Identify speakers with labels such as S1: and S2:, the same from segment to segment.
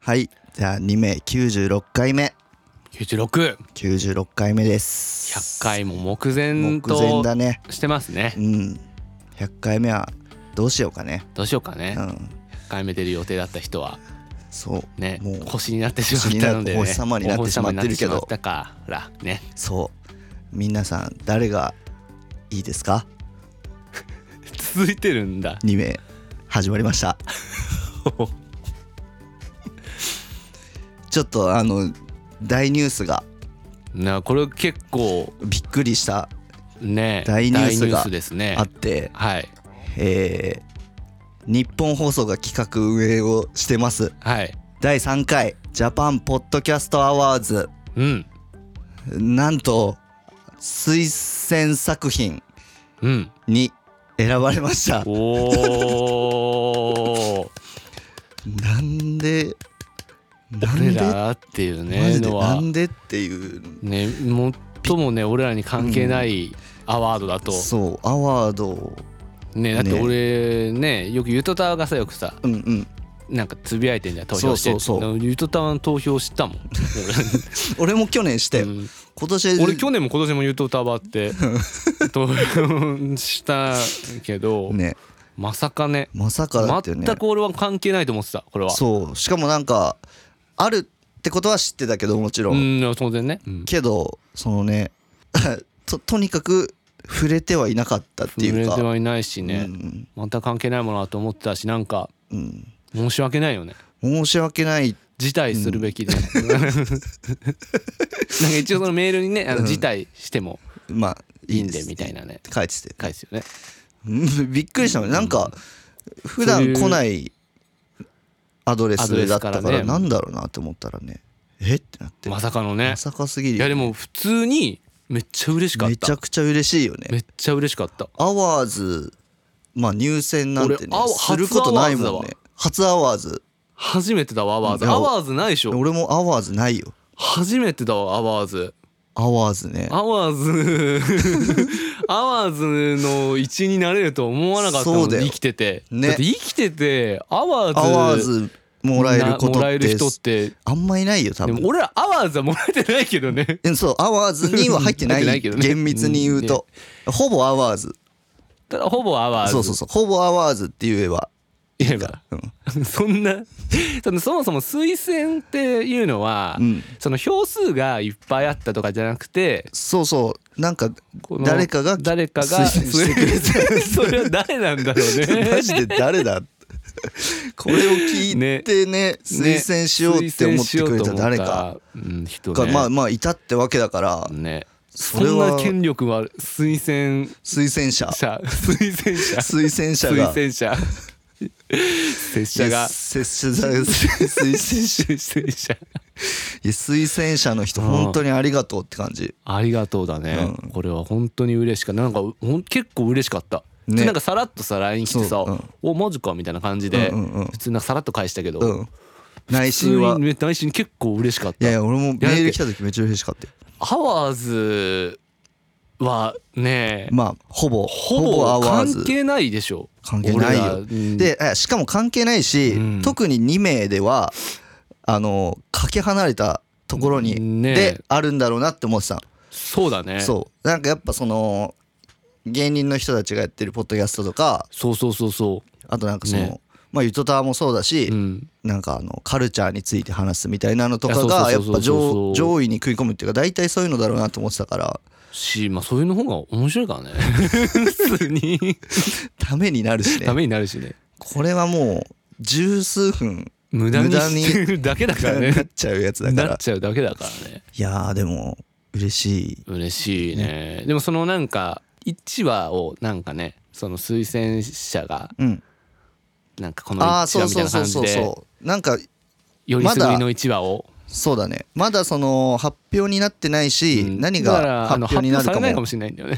S1: はいじゃあ2名96回目
S2: 96
S1: 96回目です
S2: 100回も目前
S1: 目前
S2: と
S1: だね
S2: してますね
S1: うん100回目はどうしようかね
S2: どうしようかね
S1: うん
S2: 100回目出る予定だった人は
S1: そう
S2: ね
S1: もう
S2: 星になってしまったので
S1: 星になってお
S2: ね
S1: 星様になってしまってるけど
S2: お星様になってしまったからね
S1: そう皆さん誰がいいですか
S2: 続いてるんだ
S1: 2名始まりました ちょっとあの大ニュースが
S2: なこれ結構
S1: びっくりした
S2: ね
S1: 大ニュースが
S2: 大ニュースですね
S1: あって、
S2: はい
S1: えー日本放送が企画運営をしてます
S2: はい
S1: 第3回ジャパンポッドキャストアワーズ
S2: うん
S1: なんと推薦作品
S2: うん
S1: に選ばれました
S2: おお
S1: なんで なん
S2: 俺
S1: で
S2: らっていう
S1: マ
S2: ね
S1: ジで
S2: の
S1: な
S2: は
S1: んでっていう
S2: ね最もね俺らに関係ないアワードだと
S1: そうアワードを
S2: ねだって
S1: ね
S2: 俺ねよくゆとたわがさよくさ
S1: うんうん
S2: なんかつぶやいてんじゃん投票してって
S1: そうそう
S2: ゆとたわの投票 知ったもん
S1: 俺も去年して、
S2: 俺うん
S1: 今年
S2: 俺去年も今年もゆとたわ って投票したけど
S1: ね
S2: まさかね
S1: まさかだって
S2: 全
S1: ね
S2: く俺は関係ないと思ってたこれは
S1: そうしかもなんかあるってことは知ってたけどもちろ、
S2: うんん当然ねうん
S1: けどそのね ととにかく触れてはいなかったって
S2: 触
S1: い
S2: れ
S1: うか
S2: てはいないしね
S1: うん
S2: また関係ないものだと思ってたしなんか
S1: うん、
S2: 申し訳ないよね
S1: 申し訳ない
S2: 辞退するべきで、 なんか一応そのメールにねあの辞退しても
S1: まあ
S2: い
S1: い
S2: い
S1: いん
S2: ん
S1: で
S2: ですみたいなね
S1: 書いてて
S2: 返すよね
S1: うんびっくりしたのなんか普段来ないアドレ
S2: アドレ
S1: ス
S2: ス
S1: だった
S2: か
S1: から
S2: ね
S1: らなんだろうなって思ったらねえってなって
S2: まさかのね
S1: まさかすぎる
S2: いやでも普通にめっちゃ嬉しかった
S1: めちゃくちゃ嬉しいよ
S2: め
S1: ね
S2: っちゃ嬉しかった
S1: アワーズまあ入選なんてね
S2: 俺あ
S1: することないもんね初アワーズ
S2: 初めてだわアワーズ
S1: うん
S2: アワーズないでしょ
S1: 俺もアワーズないよ
S2: 初めてだわアワーズ
S1: アワーズね
S2: アワ ーズアワーズの一員になれると思わなかった
S1: そ
S2: もん
S1: うだよ
S2: 生きてて、
S1: ね
S2: だって生きててアワーズ
S1: アワーズもらえること
S2: なもら
S1: っ
S2: える
S1: て
S2: 人って
S1: あんまいないよ多
S2: で
S1: 分
S2: も俺らアワーズはもらえてないけどね
S1: うんそうアワーズには入ってな
S2: 入ってないいけどね
S1: 厳密に言うとほぼアワーズ
S2: ただほぼアワーズ
S1: そうそうそうほぼアワーズって言えば
S2: 言えば、 そんなそのそもそも推薦っていうのは、
S1: うん
S2: その票数がいっぱいあったとかじゃなくて
S1: そうそうなんか
S2: この
S1: 誰かが
S2: 誰かが
S1: 推薦してくれ
S2: れ それは誰なんだろう ね
S1: マジで誰だこれを聞いてね 推薦しようって思ってくれた誰か、
S2: ね推薦しようと思ったうん、人
S1: が
S2: ね
S1: まあまあいたってわけだから
S2: ね
S1: そ
S2: そ
S1: れ
S2: ん
S1: は
S2: な権力は推薦
S1: 推薦者
S2: 者 推薦者
S1: 推薦者が
S2: 推薦者拙者 が
S1: 接し推薦 者
S2: 推薦
S1: い
S2: 者
S1: や推薦者の人
S2: うん
S1: 本当にありがとうって感じ
S2: ありがとうだね、これは本当に嬉しかったなんかほん結構嬉しかった、
S1: ね
S2: でなんかさらっとさ LINE 来てさ「
S1: そううん
S2: おマジか」みたいな感じで、
S1: うんうんうん
S2: 普通なんかさらっと返したけど、
S1: うん内
S2: 普通
S1: 心は
S2: にね内心結構嬉しかっ
S1: い
S2: た
S1: やいや俺もメール来た時めっちゃ嬉しかったよ
S2: アワーズはね、
S1: まあほぼほ
S2: ほ
S1: ぼア
S2: ぼ
S1: ワーズ
S2: 関係ないでしょ
S1: 関係ない
S2: 俺ら
S1: よ
S2: うん
S1: でえしかも関係ないし、
S2: うん
S1: 特に2名ではあのかけ離れたところに、
S2: ねえ
S1: であるんだろうなって思ってたの
S2: そうだねそう
S1: そうなんかやっぱその芸人の人たちがやってるポッドキャストとか
S2: そうそうそう
S1: あとなんかその、
S2: ね
S1: まあゆとたわもそうだし、
S2: うん
S1: なんかあのカルチャーについて話すみたいなのとか
S2: い
S1: がや
S2: や
S1: っ
S2: そうそ
S1: ぱ
S2: うそうそ
S1: 上
S2: うそう
S1: 上位に食い込むっていうか大体そういうのだろうなと思ってたから
S2: しまあそういうの方が面白 いからね普通に
S1: ためになるしね
S2: ためになるしね
S1: これはもう十数分
S2: 無駄に
S1: 無駄に
S2: してる だけだから
S1: な
S2: ね
S1: っちゃうやつだか
S2: なっ
S1: ら
S2: ちゃうだけだからね
S1: いやーでも嬉しい
S2: 嬉しいねでもそのなんか1話をなんかねその推薦者が
S1: うん
S2: なんかこの
S1: ああ
S2: 1
S1: そ
S2: 話
S1: う
S2: みた
S1: そそう
S2: いうな感
S1: そう
S2: じで
S1: そうなんか
S2: よりすぐりの1話を
S1: そうだねまだその発表になってないし、
S2: うん
S1: 何
S2: だから
S1: が
S2: あ
S1: 発
S2: の
S1: 表になる
S2: 発表
S1: かも
S2: されないかもしれないんだよね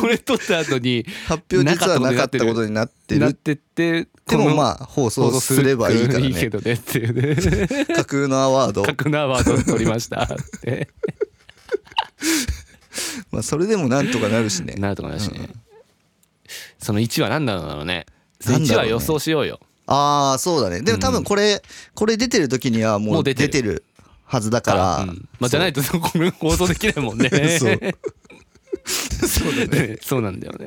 S2: これ撮った後 に
S1: 発表実はなかったことになって
S2: なっ
S1: る
S2: てって
S1: でも
S2: あ
S1: まあ放送すればいいから
S2: いいけ
S1: ね
S2: どねっていうね
S1: 架空のアワード
S2: 架空のアワードを撮りましたって
S1: まあそれでもなんと かなるしね
S2: なると思いますねその1話なんだろうね
S1: なんだろうね
S2: 1話予想しようよ
S1: ああそうだねでも多分これ、これ出てる時にはも
S2: も
S1: う
S2: う
S1: 出
S2: 出
S1: て
S2: て
S1: る
S2: る
S1: はずだから、
S2: うんまあ、じゃないとこれ放送できないもん ね
S1: そう
S2: そうだ ねそうなんだよね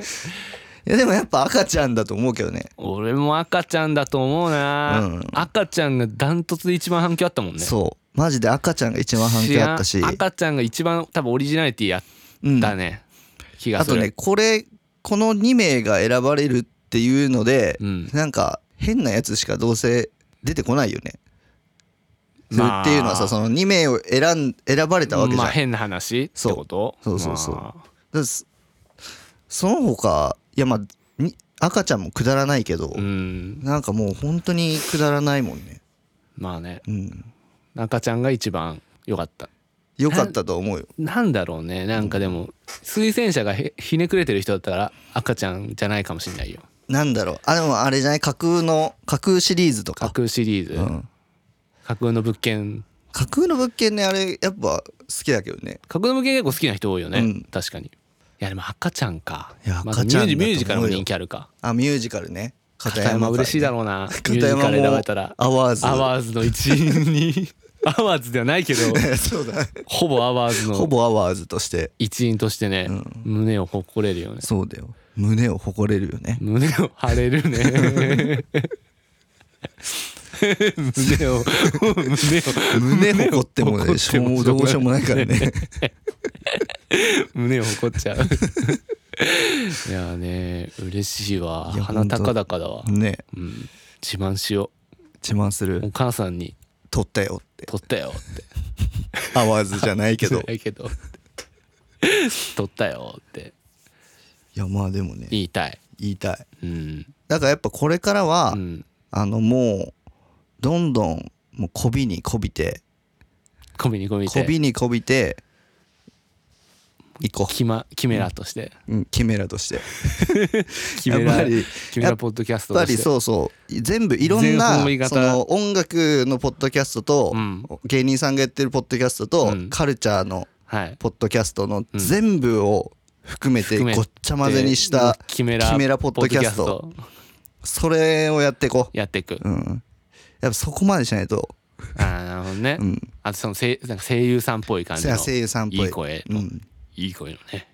S1: いやでもやっぱ赤ちゃんだと思うけどね
S2: 俺も赤ちゃんだと思うな、
S1: うん
S2: 赤ちゃんがダントツで一番反響あったもんね
S1: そうマジで赤ちゃんが一番反響あったし
S2: 知らん赤ちゃんが一番多分オリジナリティやったね、気が
S1: あ
S2: する
S1: とねこれこの2名が選ばれるっていうので、
S2: うん
S1: なんか変なやつしかどうせ出てこないよね、
S2: まあ
S1: っていうのはさその2名を選ん選ばれたわけじゃん、
S2: まあ変な話ってこと
S1: そうそうそうそう
S2: まあ
S1: だからそその他いやまあに赤ちゃんもくだらないけど、
S2: うん
S1: なんかもう本当にくだらないもんね
S2: まあね
S1: うん
S2: 赤ちゃんが一番良かった
S1: よかったと思うよ
S2: なんだろうねなんかでも推薦者がへひねくれてる人だったら赤ちゃんじゃないかもしれないよ
S1: なんだろうあでもあれじゃない架空の架空シリーズと
S2: 架
S1: か、
S2: 空シリーズ、
S1: うん、
S2: 架空の物件
S1: 架空の物件ねあれやっぱ好きだけどね
S2: 架空の物件結構好きな人多いよね、
S1: うん
S2: 確かにいやでも赤ちゃんか
S1: いや
S2: まあ
S1: 赤ちゃんだと思うよ
S2: ミュージミュージカルも人気あるか
S1: あミュージカルね
S2: 片山
S1: 会ね
S2: 嬉しいだろうなミュ
S1: 片
S2: ージ
S1: 山
S2: カル選ば
S1: も
S2: れたら
S1: アワーズ
S2: アワーズの一員 にアワーズではないけど
S1: そうだ
S2: ほぼアワーズ
S1: ほ
S2: の
S1: ぼアワーズとして
S2: 一員としてね、胸を誇れるよね
S1: そうだよ胸を誇れるよ ね
S2: 胸を張れる ね 胸を胸を
S1: 胸誇ってもね
S2: 胸
S1: しょう
S2: 誇
S1: も
S2: って
S1: どうしようもないからね
S2: 胸を誇っ ちゃういやーね嬉しいわ
S1: いや
S2: 鼻高々だ わ、
S1: ね
S2: うん、自慢しよ
S1: 自慢す
S2: うお
S1: る
S2: 母さんに
S1: 撮ったよって
S2: 撮ったよって
S1: アワーズじゃないけ ど
S2: ないけど撮ったよって
S1: いやまあでもね
S2: 言いたい
S1: 言いたい
S2: うん、
S1: だからやっぱこれからは、
S2: うん、
S1: あのもうどんどんもうこびにこびて
S2: コミにコミ
S1: こび
S2: で
S1: にこびて行こ
S2: キマキメラとして、
S1: う、うん、キメラとして
S2: キメ
S1: やっ
S2: ラ
S1: ぱり
S2: キメラポッドキャス
S1: や
S2: ト
S1: っぱ
S2: と
S1: り
S2: して
S1: そうそう全部いろん
S2: 全
S1: な
S2: 方位型
S1: その音楽のポッドキャストと、
S2: うん
S1: 芸人さんがやってるポッドキャストと、
S2: うん
S1: カルチャーの
S2: はい
S1: ポッドキャストの
S2: ん
S1: 全部を含めて
S2: 含めて
S1: ごっちゃ混ぜにした
S2: キメラ
S1: キメラポッドキャスト
S2: ポッドキャス
S1: それをやっていこ
S2: トやっていく、
S1: う、うん、やっぱそこまでしないと、
S2: ああなるほどね、
S1: うん、
S2: あとその声なんか声優さんっぽい感じの
S1: 声優さんっぽい
S2: い声
S1: う
S2: の、
S1: ん、
S2: いい声のね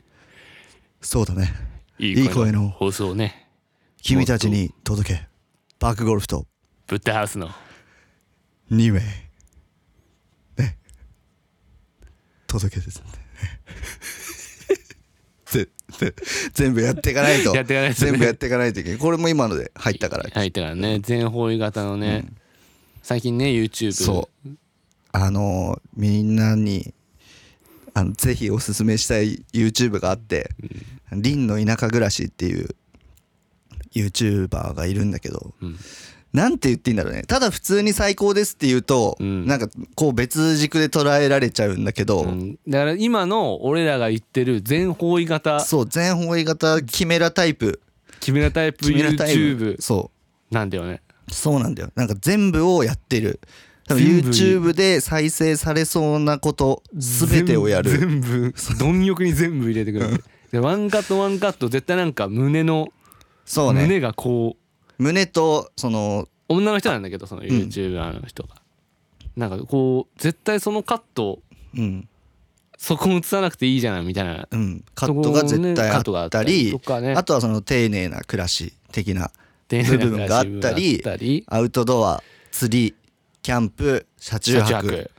S1: そうだね
S2: い
S1: いい声の
S2: 放送をね
S1: 君たちに届けバックゴルフと
S2: ブッダハウスの
S1: 2名ね届けですね ぜぜ全部やっていかないと
S2: やっていかないとね
S1: 全部やっていかないといけないこれも今ので入ったから
S2: 入ってからね全方位型のね、最近ね YouTube
S1: そうあのーみんなにあのぜひおすすめしたい YouTube があって「リンの田舎暮らし」っていう YouTuber がいるんだけど、
S2: ん
S1: なんて言っていいんだろうねただ普通に最高ですって言うと、
S2: うん
S1: なんかこう別軸で捉えられちゃうんだけど、
S2: うんだから今の俺らが言ってる全方位型
S1: そう全方位型キメラタイプ
S2: キメラタイプ
S1: キメラタイプ
S2: YouTube
S1: そう
S2: なんだよね
S1: そうなんだよなんか全部をやってる多分
S2: 全部
S1: YouTube で再生されそうなこと全てをやる
S2: 全部貪欲に全部入れてくるでワンカットワンカット絶対なんか胸の
S1: そうね
S2: 胸がこう
S1: 胸とその
S2: 女の人なんだけどその YouTuber の人が、なんかこう絶対そのカット
S1: うん
S2: そこ映さなくていいじゃないみたいな
S1: うんカットが絶対あ
S2: ところねカットがあ
S1: っ
S2: ったた
S1: り
S2: りとかね
S1: あとはその丁寧な暮らし的な
S2: 部
S1: 部分があったりアウトドア釣りキャンプ車中泊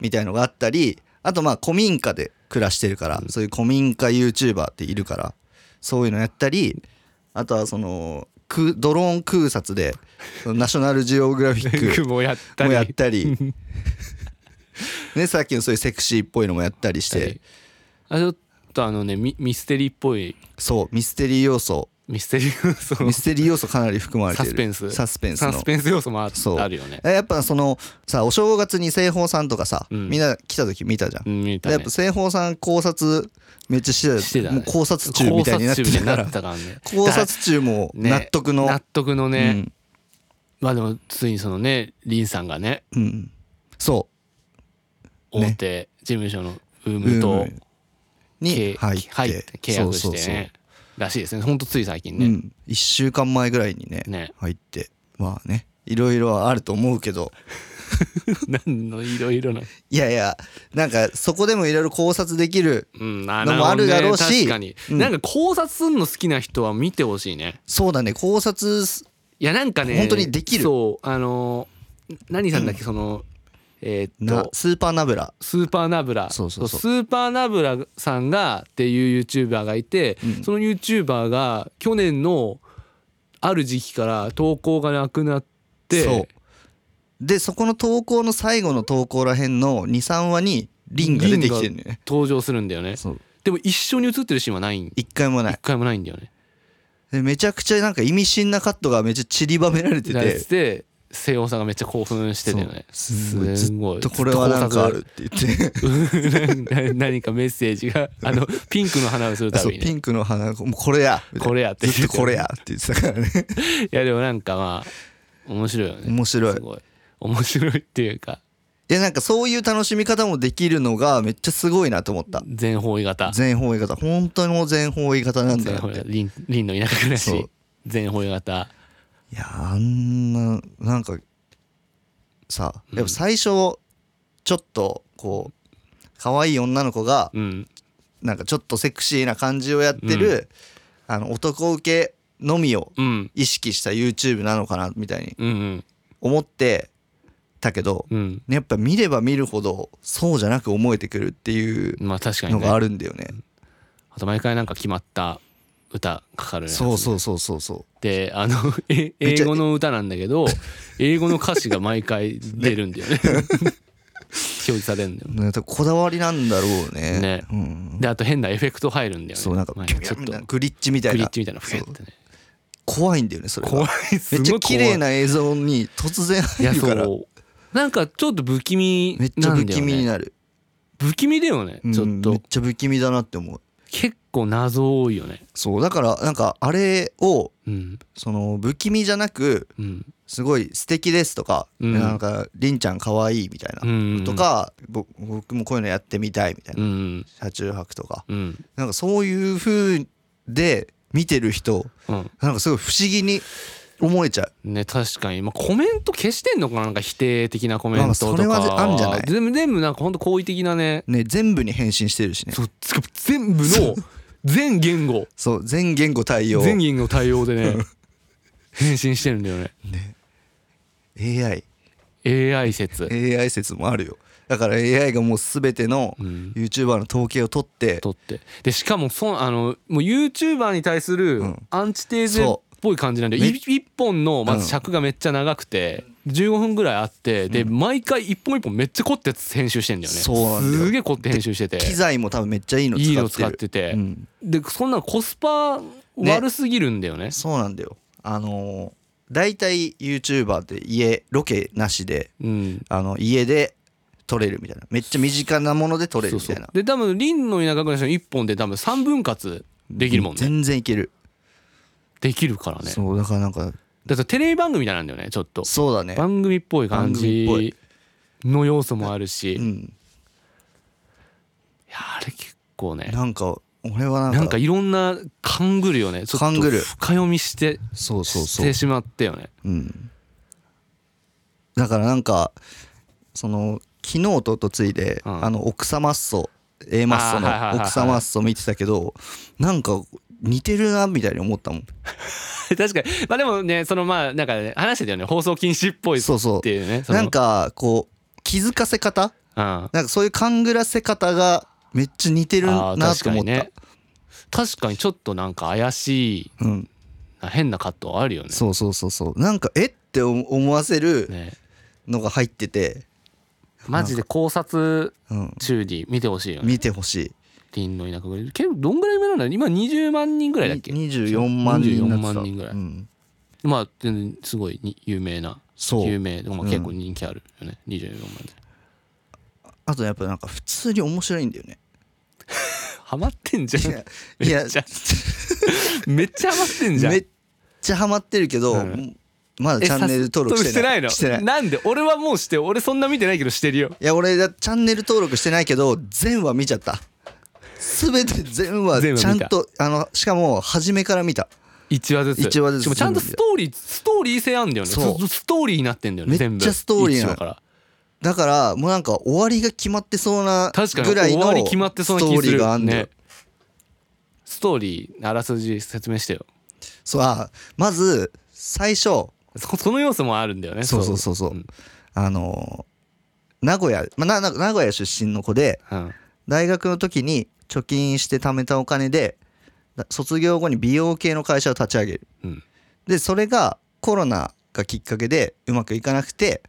S1: みたいのがあったりあとまあ古民家で暮らしてるから、そういう古民家 YouTuber っているからそういうのやったりあとはその空ドローン空撮でそのナショナルジオグラフィック
S2: もや った
S1: も
S2: り
S1: やったりねさっきのそういうセクシーっぽいのもやったりして、
S2: あちょっとあのねミミステリーっぽい
S1: そうミステリー要素
S2: ミステリー要 素
S1: ミステリー要素かなり含まれて
S2: サ
S1: る
S2: スペンス
S1: サスペンス
S2: サ
S1: の
S2: スペンス要素もあ
S1: そう
S2: あるよね
S1: えやっぱそのさお正月に西宝さんとかさ、
S2: ん
S1: みんな来た時見たじゃん、
S2: うん見た
S1: でや
S2: ね
S1: っぱ西宝さん考察めっちゃしてたよ
S2: してたね
S1: もう考察中みたいになって
S2: 考察中
S1: たから
S2: みたいになったからね
S1: 考察中も
S2: ね
S1: 納得の、
S2: 納得のね、
S1: うん
S2: まあでもついにそのねリンさんがね
S1: うんそ
S2: 大手事務所のウー
S1: う
S2: ムと
S1: うんに
S2: け
S1: 入って
S2: 入って契約して
S1: そう
S2: ね
S1: そうそう、
S2: らしいですねほんとつい最近
S1: う
S2: ね、
S1: ん、1週間前ぐらいにね
S2: ね
S1: 入ってまあねいろいろあると思うけど
S2: 何のいろいろない
S1: やいやなんかそこでもいろいろ考察できる
S2: うんな
S1: のもあるだろうし
S2: 確かに、
S1: うん
S2: なんか考察すんの好きな人は見てほしいね
S1: そうだね考察す
S2: いやなんかね
S1: 本当にできる
S2: そうあのー何さんだっけ、そのえーっ
S1: な
S2: と
S1: スーパーナブラ
S2: スーパーナブラ
S1: そうそうそう
S2: スーパーナブラさんがっていう YouTuber がいて、
S1: うん
S2: その YouTuber が去年のある時期から投稿がなくなって
S1: そうでそこの投稿の最後の投稿らへんの23話にリンが出てきてるね
S2: 登場するんだよね
S1: そう
S2: でも一緒に映ってるシーンはないん
S1: 一回もない
S2: 一回もないんだよね
S1: でめちゃくちゃなんか意味深なカットがめっちゃ散りばめられて
S2: られ
S1: て
S2: てて西洋さんがめっちゃ興奮してたよね
S1: そうすごいずっ
S2: ご
S1: とこれはなんかある って言って
S2: うん何かメッセー ジがあのピンクの花をするた
S1: そう
S2: びに
S1: ピ
S2: ね
S1: ンクの花もうこれや
S2: これやって言って
S1: ず
S2: た
S1: っとこれやって言ってた からね
S2: いやでもなんかまあ面白いよね
S1: 面白い
S2: すごい面白いっていうか
S1: いやなんかそういう楽しみ方もできるのがめっちゃすごいなと思った
S2: 全方位型
S1: 全方位型本当にもう全方位型なんだ
S2: 全
S1: な
S2: 方
S1: っ
S2: 位
S1: て
S2: 型凛凛の田舎暮ら
S1: そ
S2: し
S1: う
S2: 全方位型
S1: いやあんななんかさやっぱ最初ちょっとこう可愛い女の子が
S2: うん
S1: なんかちょっとセクシーな感じをやってる、あの男受けのみを
S2: うん
S1: 意識した YouTube なのかなみたいに
S2: うんうん
S1: 思ってたけど、
S2: うん
S1: ねやっぱ見れば見るほどそうじゃなく思えてくるっていう
S2: まあ確かに
S1: の
S2: ね
S1: があるんだよね。
S2: あと毎回なんか決まった歌かかるやつ
S1: そうそうそうそうそう。
S2: であのえ
S1: めっち
S2: 英
S1: ゃ
S2: 語の歌なんだけど英語の歌詞が毎回出る んだよね表示されるんだよね
S1: ね多分こだわりなんだろうね。
S2: ね
S1: うん、
S2: であと変なエフェクト入るんだよね
S1: そうなんか
S2: まあ
S1: キ
S2: ちょ
S1: ュキュ
S2: っ
S1: みたいな
S2: と
S1: グリッチみたい
S2: グ
S1: な
S2: リッチみたいなフ
S1: そ
S2: ェ
S1: う
S2: ってね
S1: 怖いんだよねそれが
S2: 怖い
S1: め
S2: す
S1: っ
S2: ごい
S1: ち
S2: 怖
S1: ゃ
S2: い
S1: 綺麗な映像に突然
S2: いや
S1: 入るから
S2: そうなんかちょっと不気味
S1: めっちゃ
S2: なん
S1: 不
S2: だよ
S1: 気味に
S2: ね
S1: なる
S2: 不気味だよね
S1: うん
S2: ちょっ
S1: め
S2: と
S1: っちゃ不気味だなって思う
S2: 結構謎多いよね
S1: そうだからなんかあれを
S2: うん
S1: その不気味じゃなく
S2: うん
S1: すごい素敵ですとか、
S2: うん
S1: なんかりんちゃん可愛いみたいな、
S2: うん
S1: とかぼ僕もこういうのやってみたいみたいな、
S2: うん
S1: 車中泊とか
S2: うん
S1: なんかそういう風で見てる人
S2: うん
S1: なんかすごい不思議に思えちゃう
S2: ね確かにまあコメント消してんのかななんか否定的なコメントとか
S1: まあそれはあんじゃない
S2: 全部全部なんか本当好意的なね
S1: ね全部に返信してるしね
S2: そうつか全部の全言語
S1: そう全言語対応
S2: 全言語対応でね返信してるんだよね
S1: AI
S2: AI 説
S1: AI 説もあるよだから AI がもう全ての
S2: うん
S1: YouTuber の統計を取って
S2: とってでしかもそんあのもう YouTuber に対する
S1: うん
S2: アンチテーゼっ
S1: そ
S2: ぽい感じなんで、
S1: め
S2: い一本のま
S1: うん
S2: ず尺がめっちゃ長くて15分ぐらいあってで毎回一本一本めっちゃ凝って編集してんだよね
S1: そうなんだよ
S2: すげえ凝って編集してて
S1: 機材も多分めっちゃいいの使って
S2: い
S1: る
S2: いの使ってて、
S1: うん、
S2: でそんなコスパ悪すぎるんだよね
S1: そうなんだよあのー大体 YouTuber って家ロケなしで
S2: うん
S1: あの家で撮れるみたいなめっちゃ身近なもので撮れる
S2: そう
S1: みたい
S2: そ
S1: うな
S2: で多分リンの田舎暮らしの一本で多分3分割できるもんね
S1: 全然いける、
S2: できるからね
S1: そうだからなんか
S2: だからテレビ番組みたいなんだよねちょっと
S1: そうだね
S2: 番組っぽい
S1: 番
S2: 感
S1: 組
S2: じの要素もあるし、
S1: う
S2: い
S1: ん
S2: やあれ結構ね
S1: なんか俺は
S2: な
S1: なん
S2: ん
S1: か
S2: かいろんな勘ぐるよねちょっ
S1: 勘
S2: と
S1: ぐる
S2: 深読みして
S1: そうそう
S2: し
S1: そう
S2: てしまったよね
S1: うん、だからなんかその昨日とおとついで、
S2: うん
S1: あの奥様っそ A マッソ
S2: あーはいはいはい
S1: の
S2: はい
S1: 奥様っそ見てたけどなんか似てるなみたいに思ったもん
S2: 確かにまあでもねそのまあなんかね話してたよね放送禁止っぽいっ
S1: そうそ
S2: ていうね
S1: う
S2: その
S1: なんかこう気づかせ方
S2: うん
S1: なんかそういう勘ぐらせ方がめっちゃ似てる
S2: あー
S1: な
S2: 確
S1: と
S2: か
S1: 思
S2: に
S1: った、
S2: ね確かにちょっとなんか怪しい
S1: うん、
S2: な変なカットあるよね
S1: そうそうそうそうなんかえって思思わせる
S2: ね
S1: のが入ってて、
S2: マジで考察
S1: うん、
S2: 中に見てほしいよね
S1: 見てほしい
S2: リンの田舎暮らしけどどんぐらい目なんだろう今20万人ぐらいだっけ
S1: 24万人になってた
S2: 24万人ぐらい
S1: うん、
S2: まあ全然すごいに有名な
S1: そう
S2: 有名で、まあ、
S1: うん
S2: 結構人気あるよね、24万で
S1: あとやっぱなんか普通に面白いんだよね。
S2: ハマってんじゃん
S1: いや
S2: めっ ちゃめっちゃハマってんじゃん
S1: めっちゃハマってるけど、
S2: うん
S1: まだ
S2: え
S1: チャンネル登録してない。
S2: さしてないのなんで俺はもうして俺そんな見てないけどしてるよ
S1: いや俺だチャンネル登録してないけど全話見ちゃった。すべて全話
S2: 全話見
S1: ち
S2: た
S1: ゃんとあのしかも初めから見た。
S2: 一話ずつ
S1: 一話ずつ
S2: しかもちゃんとストーリーストーリー性あんだよね
S1: そう
S2: ずストーリーになってんだよね
S1: めっちゃ
S2: 全部
S1: ストーリーな
S2: 一
S1: の
S2: 話から
S1: だからもうなんか終わりが決まってそうな
S2: 確かに
S1: ぐらいの
S2: 終わり
S1: ス
S2: 決まって
S1: ト
S2: そうな気
S1: ー
S2: す
S1: リー
S2: る
S1: があんだよ
S2: ねストーリーあらすじ説明してよ
S1: そうあまず最初
S2: そその要素もあるんだよね
S1: そうそうそうそう
S2: うん
S1: あのー名古屋、まあ、なな名古屋出身の子で
S2: うん
S1: 大学の時に貯金して貯めたお金でだ卒業後に美容系の会社を立ち上げる
S2: うん
S1: でそれがコロナがきっかけでうまくいかなくて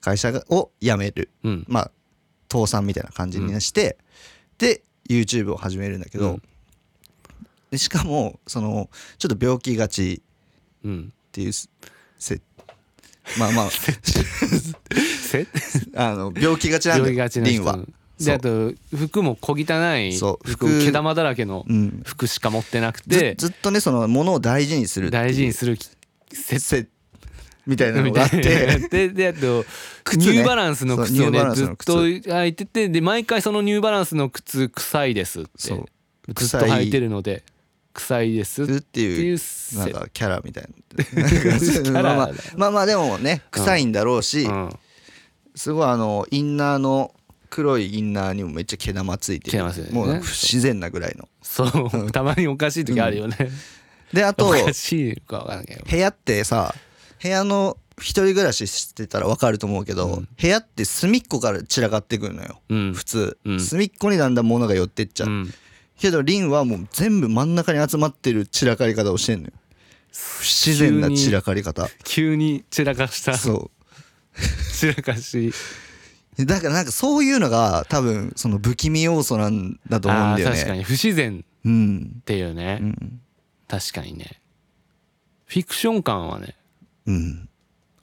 S1: 会社がを辞める
S2: うん
S1: まあ倒産みたいな感じにして、で YouTube を始めるんだけど、
S2: うん
S1: でしかもそのちょっと病気がち
S2: うん
S1: っていうせせまあ まあ
S2: せ
S1: あの病気がちなん
S2: 酔
S1: だ
S2: いが
S1: よ
S2: ちな
S1: リ
S2: 人
S1: ンは。そ
S2: で
S1: う
S2: あと服も小汚い
S1: そう服
S2: 服毛玉だらけの
S1: うん、
S2: 服しか持ってなく
S1: ず
S2: て
S1: ずっとねそのものを大事にするっていう
S2: 大事にするきセッ
S1: せ みたいな
S2: ト
S1: の
S2: み
S1: があ
S2: た
S1: っ
S2: い
S1: て
S2: なでであと
S1: 靴
S2: ニ
S1: ね
S2: ューバランスの靴
S1: そう
S2: を
S1: ニューバラ
S2: ね
S1: ンス
S2: ずっ
S1: の靴
S2: と履いててで毎回そのニューバランスの靴臭いですってず
S1: そ
S2: っ
S1: う
S2: と
S1: 臭い
S2: 履いてるので臭いですっ
S1: するっ
S2: て
S1: て
S2: い
S1: いう
S2: う
S1: な
S2: セ
S1: ん
S2: ット
S1: かキャラみたい
S2: ャ
S1: な
S2: ラだ
S1: まあまあまあまあでもね臭いんだろうし、
S2: うん
S1: すごいあのインナーの黒いインナーにもめっちゃ毛玉ついて
S2: 毛
S1: る
S2: 玉ついてるね
S1: もうなんか不自然なぐらいの
S2: そうたまにおかしい時あるよね
S1: であ
S2: お
S1: と
S2: かしいかわからんけど
S1: 部屋ってさ部屋の一人暮らししてたら分かると思うけど、
S2: うん
S1: 部屋って隅っこから散らかってくるのよ
S2: うん
S1: 普通、
S2: うん
S1: 隅っこにだんだん物が寄ってっちゃう、
S2: うん
S1: けどリンはもう全部真ん中に集まってる散らかり方をしてんのよ不自然な散らかり方
S2: 急に散らかした
S1: そ
S2: 散らかし
S1: うだからなんかそういうのが多分その不気味要素なんだと思うんだよ
S2: あー確か
S1: ね
S2: に不自然
S1: うん
S2: っていうね、
S1: うん
S2: 確かにねフィクション感はね
S1: うん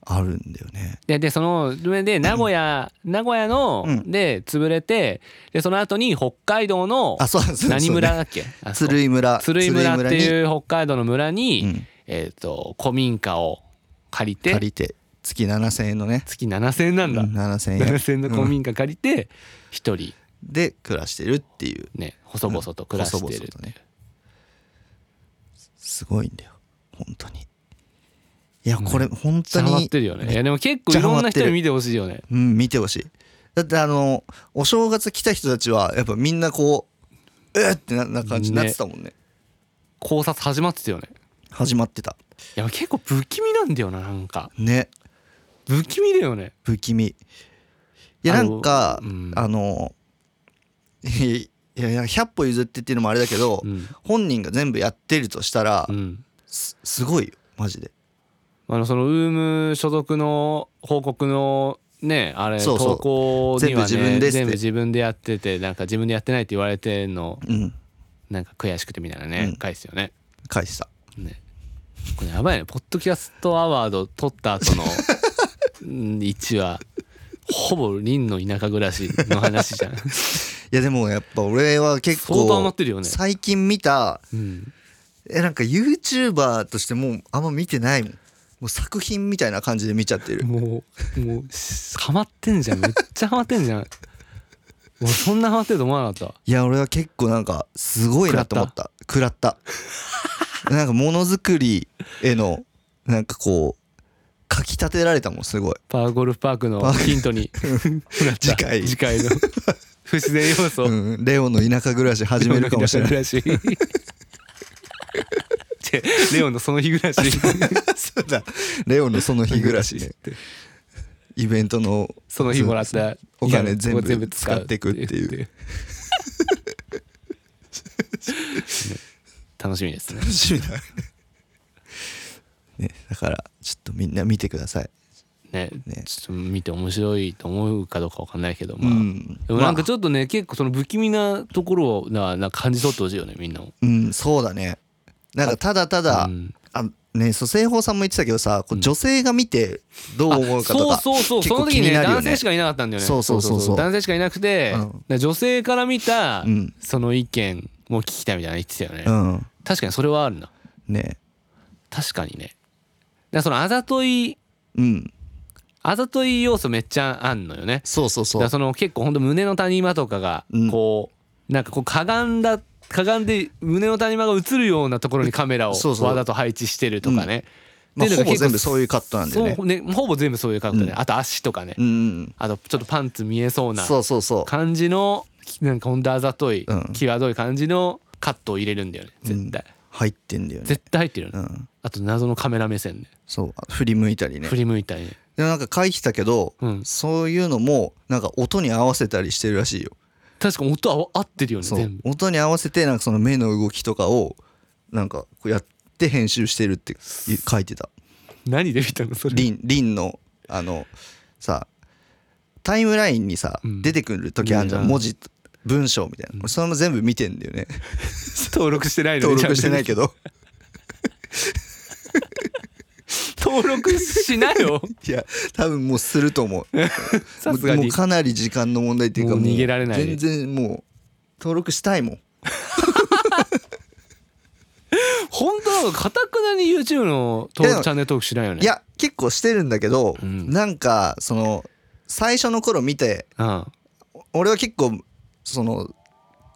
S1: あるんだよね
S2: ででそのでで名古屋名古屋の、
S1: うん
S2: で潰れてでその後に北海道の
S1: あそうそうそう
S2: 何村
S1: ね
S2: だっけあそ こ
S1: 鶴居村
S2: 鶴居村って
S1: う
S2: いう北海道の村に、
S1: うん
S2: えっ、と古民家を借りて
S1: 借りて月7000円のね
S2: 月7,000円なんだ、
S1: うん7000円
S2: 7,000円の古民家借りて一、人
S1: で暮らしてるっていう
S2: ね細々と暮らしてるっていう
S1: 細々とねすごいんだよ本当にいやこれ本当
S2: ハマっ
S1: に
S2: てるよねいやでも結構
S1: めっ
S2: い
S1: ちゃハ
S2: ろ
S1: マ
S2: んな
S1: ってる
S2: 人に見てほしいよね
S1: うん見てほしいだってあのお正月来た人たちはやっぱみんなこうえっってなな感じになってたもんね
S2: 考察始まってたよね
S1: 始まってた
S2: いや結構不気味なんだよななんか
S1: ね
S2: 不気味だよね
S1: 不気味いやな
S2: あの
S1: んか
S2: うん
S1: あのいやいや100歩譲ってっていうのもあれだけど
S2: うん、
S1: 本人が全部やってるとしたら
S2: うん、
S1: すすごいよマジで
S2: あのそのウーム所属の報告のねあれ
S1: そうそう
S2: 投稿には、ね、
S1: 全部自分ですって
S2: 全部自分でやっててなんか自分でやってないって言われてんの
S1: うん
S2: なんか悔しくてみたいなね、
S1: うん
S2: 返すよね
S1: 返した
S2: ねこれやばいねポッドキャストアワード取った後の うん1話ほぼリンの田舎暮らしの話 じゃん
S1: いやでもやっぱ俺は結
S2: 相当余
S1: 構
S2: ってるよね、
S1: 最近見た
S2: うん、
S1: えなんか YouTuber としてもうあんま見てないもんもう作品みたいな感じで見ちゃってる
S2: もうもうしハマってんじゃんめっちゃハマってんじゃんもうそんなハマってると思わなかっ
S1: いや俺は結構なんかすごいなと思った食らった なんかものづくりへのなんかこうかき立てられたもんすごい
S2: たパーゴルフパークのヒントになった
S1: 次回
S2: 次回の不自然要素を
S1: うん、レオの田舎暮らし始めるかもしれない
S2: レオの田舎暮らし違うレオのその日暮らし
S1: そうだレオのその日暮らし ねイベントの
S2: その日もらった
S1: お金
S2: いや
S1: 全部
S2: をう
S1: 使ってくっていう
S2: ね楽しみですね
S1: 楽 しみだねだからちょっとみんな見てください
S2: ね
S1: ね
S2: ちょっと見て面白いと思うかどうかわかんないけどまあ、
S1: うん
S2: でもなんか
S1: ま
S2: ちょっとね結構その不気味なところをななんか感じ取ってほしいよねみんなも。
S1: あうんそうだねなんかただただ、
S2: うん
S1: あね蘇生法さんも言ってたけどさこう女性が見てどう思うかと
S2: そう
S1: か、
S2: そうそう
S1: 結
S2: その
S1: 構
S2: 時
S1: 気に
S2: ね
S1: なるよ
S2: 男
S1: ね
S2: 性しかいなかったんだよね
S1: そうそうそうそう
S2: 男性しかいなくて、
S1: うん
S2: だから女性から見た、
S1: うん
S2: その意見も聞きたいみたいなの言ってたよね、
S1: うん
S2: 確かにそれはあるな
S1: ね
S2: 確かにねだからそのあざとい
S1: うん
S2: あざとい要素めっちゃあんのよね
S1: そうそう
S2: だ
S1: そう
S2: からその結構ほんと胸の谷間とかが
S1: うん
S2: こう、なんかこうかがんだかがんで胸の谷間が映るようなところにカメラを
S1: そうそう
S2: わざと配置してるとかね。
S1: まあ、
S2: っていう
S1: ほぼ
S2: のが結構
S1: 全部そういうカットなんでね
S2: そうねほぼ全部そういう格好で、あと足とかね、
S1: うんうん
S2: あとちょっとパンツ見えそう
S1: うん
S2: な
S1: そうそうそう
S2: 感じのなんかほんとあざとい、
S1: うん
S2: 際どい感じのカットを入れるんだよね絶対、
S1: 入ってんだよね
S2: 絶対入ってるよね、
S1: うん
S2: あと謎のカメラ目線ね
S1: そう振り向いたりね
S2: 振り向いたりね
S1: でもなんか書いてたけど、
S2: うん
S1: そういうのもなんか音に合わせたりしてるらしいよ
S2: 確か音は合ってるよね
S1: そう
S2: 全部
S1: 音に合わせてなんかその目の動きとかをなんかこうやって編集してるってい書いてた
S2: 何で見たのそれ
S1: リンリンのあのさタイムラインにさ、
S2: うん
S1: 出てくる時あるじゃ
S2: うん
S1: ん文字文章みたいな、俺それも全部見てんだよね
S2: 登録してないのに
S1: 登録してない
S2: チ
S1: けど
S2: ャン ネル登録しな よ
S1: いや多分もうすると思う
S2: さすが
S1: も
S2: に
S1: うかなり時間の問題っていうか
S2: もう逃げられない
S1: 全然もう登録したいもん
S2: 本当なのかたくなに YouTube の登録チャンネル登録しないよね
S1: いや結構してるんだけど、
S2: うん
S1: なんかその最初の頃見て
S2: うん
S1: 俺は結構その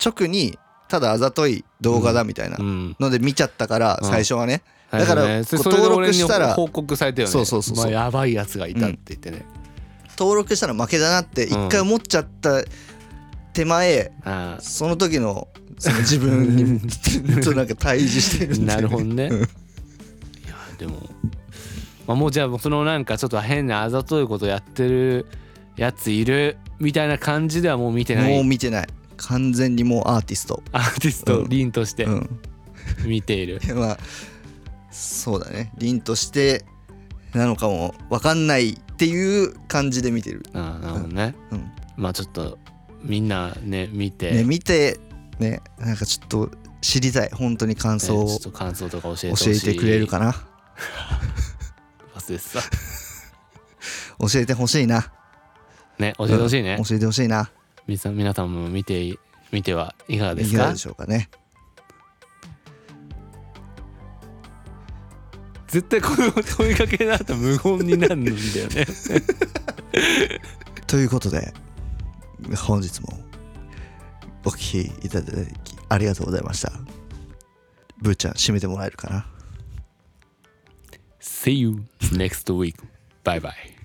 S1: 直にただあざとい動画だみたいな
S2: うん
S1: ので見ちゃったから
S2: うん
S1: 最初はね、だから
S2: はいはいそれ
S1: こう登録したら
S2: それで俺に報告されたよね
S1: そうそうそうそう
S2: お前やばいやつがいたって言ってね、
S1: 登録したら負けだなって一回思っちゃった手前、
S2: ああ
S1: その時のその自分に となんか対峙してるんだ
S2: な
S1: よね
S2: るほどね、
S1: うん
S2: いやでも、まあ、もうじゃあそのなんかちょっと変なあざといことやってるやついるみたいな感じではもう見てな
S1: もう
S2: い
S1: 見てない完全にもうアーティスト
S2: アーティスト
S1: うん
S2: 凛として
S1: うん
S2: 見ている、
S1: でまあそうだね凛としてなのかも分かんないっていう感じで見てる、
S2: ああなるほどね、
S1: うん
S2: まあちょっとみんなね見て、
S1: ね、見てねなんかちょっと知りたい本当に感
S2: ね
S1: 想を
S2: ちょっ
S1: 教
S2: と感想とか教えてほし
S1: え
S2: い
S1: てくれるかな
S2: 忘れてた
S1: 教えてほしいな
S2: ね教えてほしいね、
S1: 教えてほしいな
S2: みさん皆さんも見てい見てはいかがで
S1: い
S2: す
S1: かが
S2: か
S1: でしょうかね
S2: 絶対この 問いかけの後無言になるんだよね
S1: ということで本日もお聞きいただきありがとうございましたぶーちゃん締めてもらえるかな
S2: See you next week. Bye bye.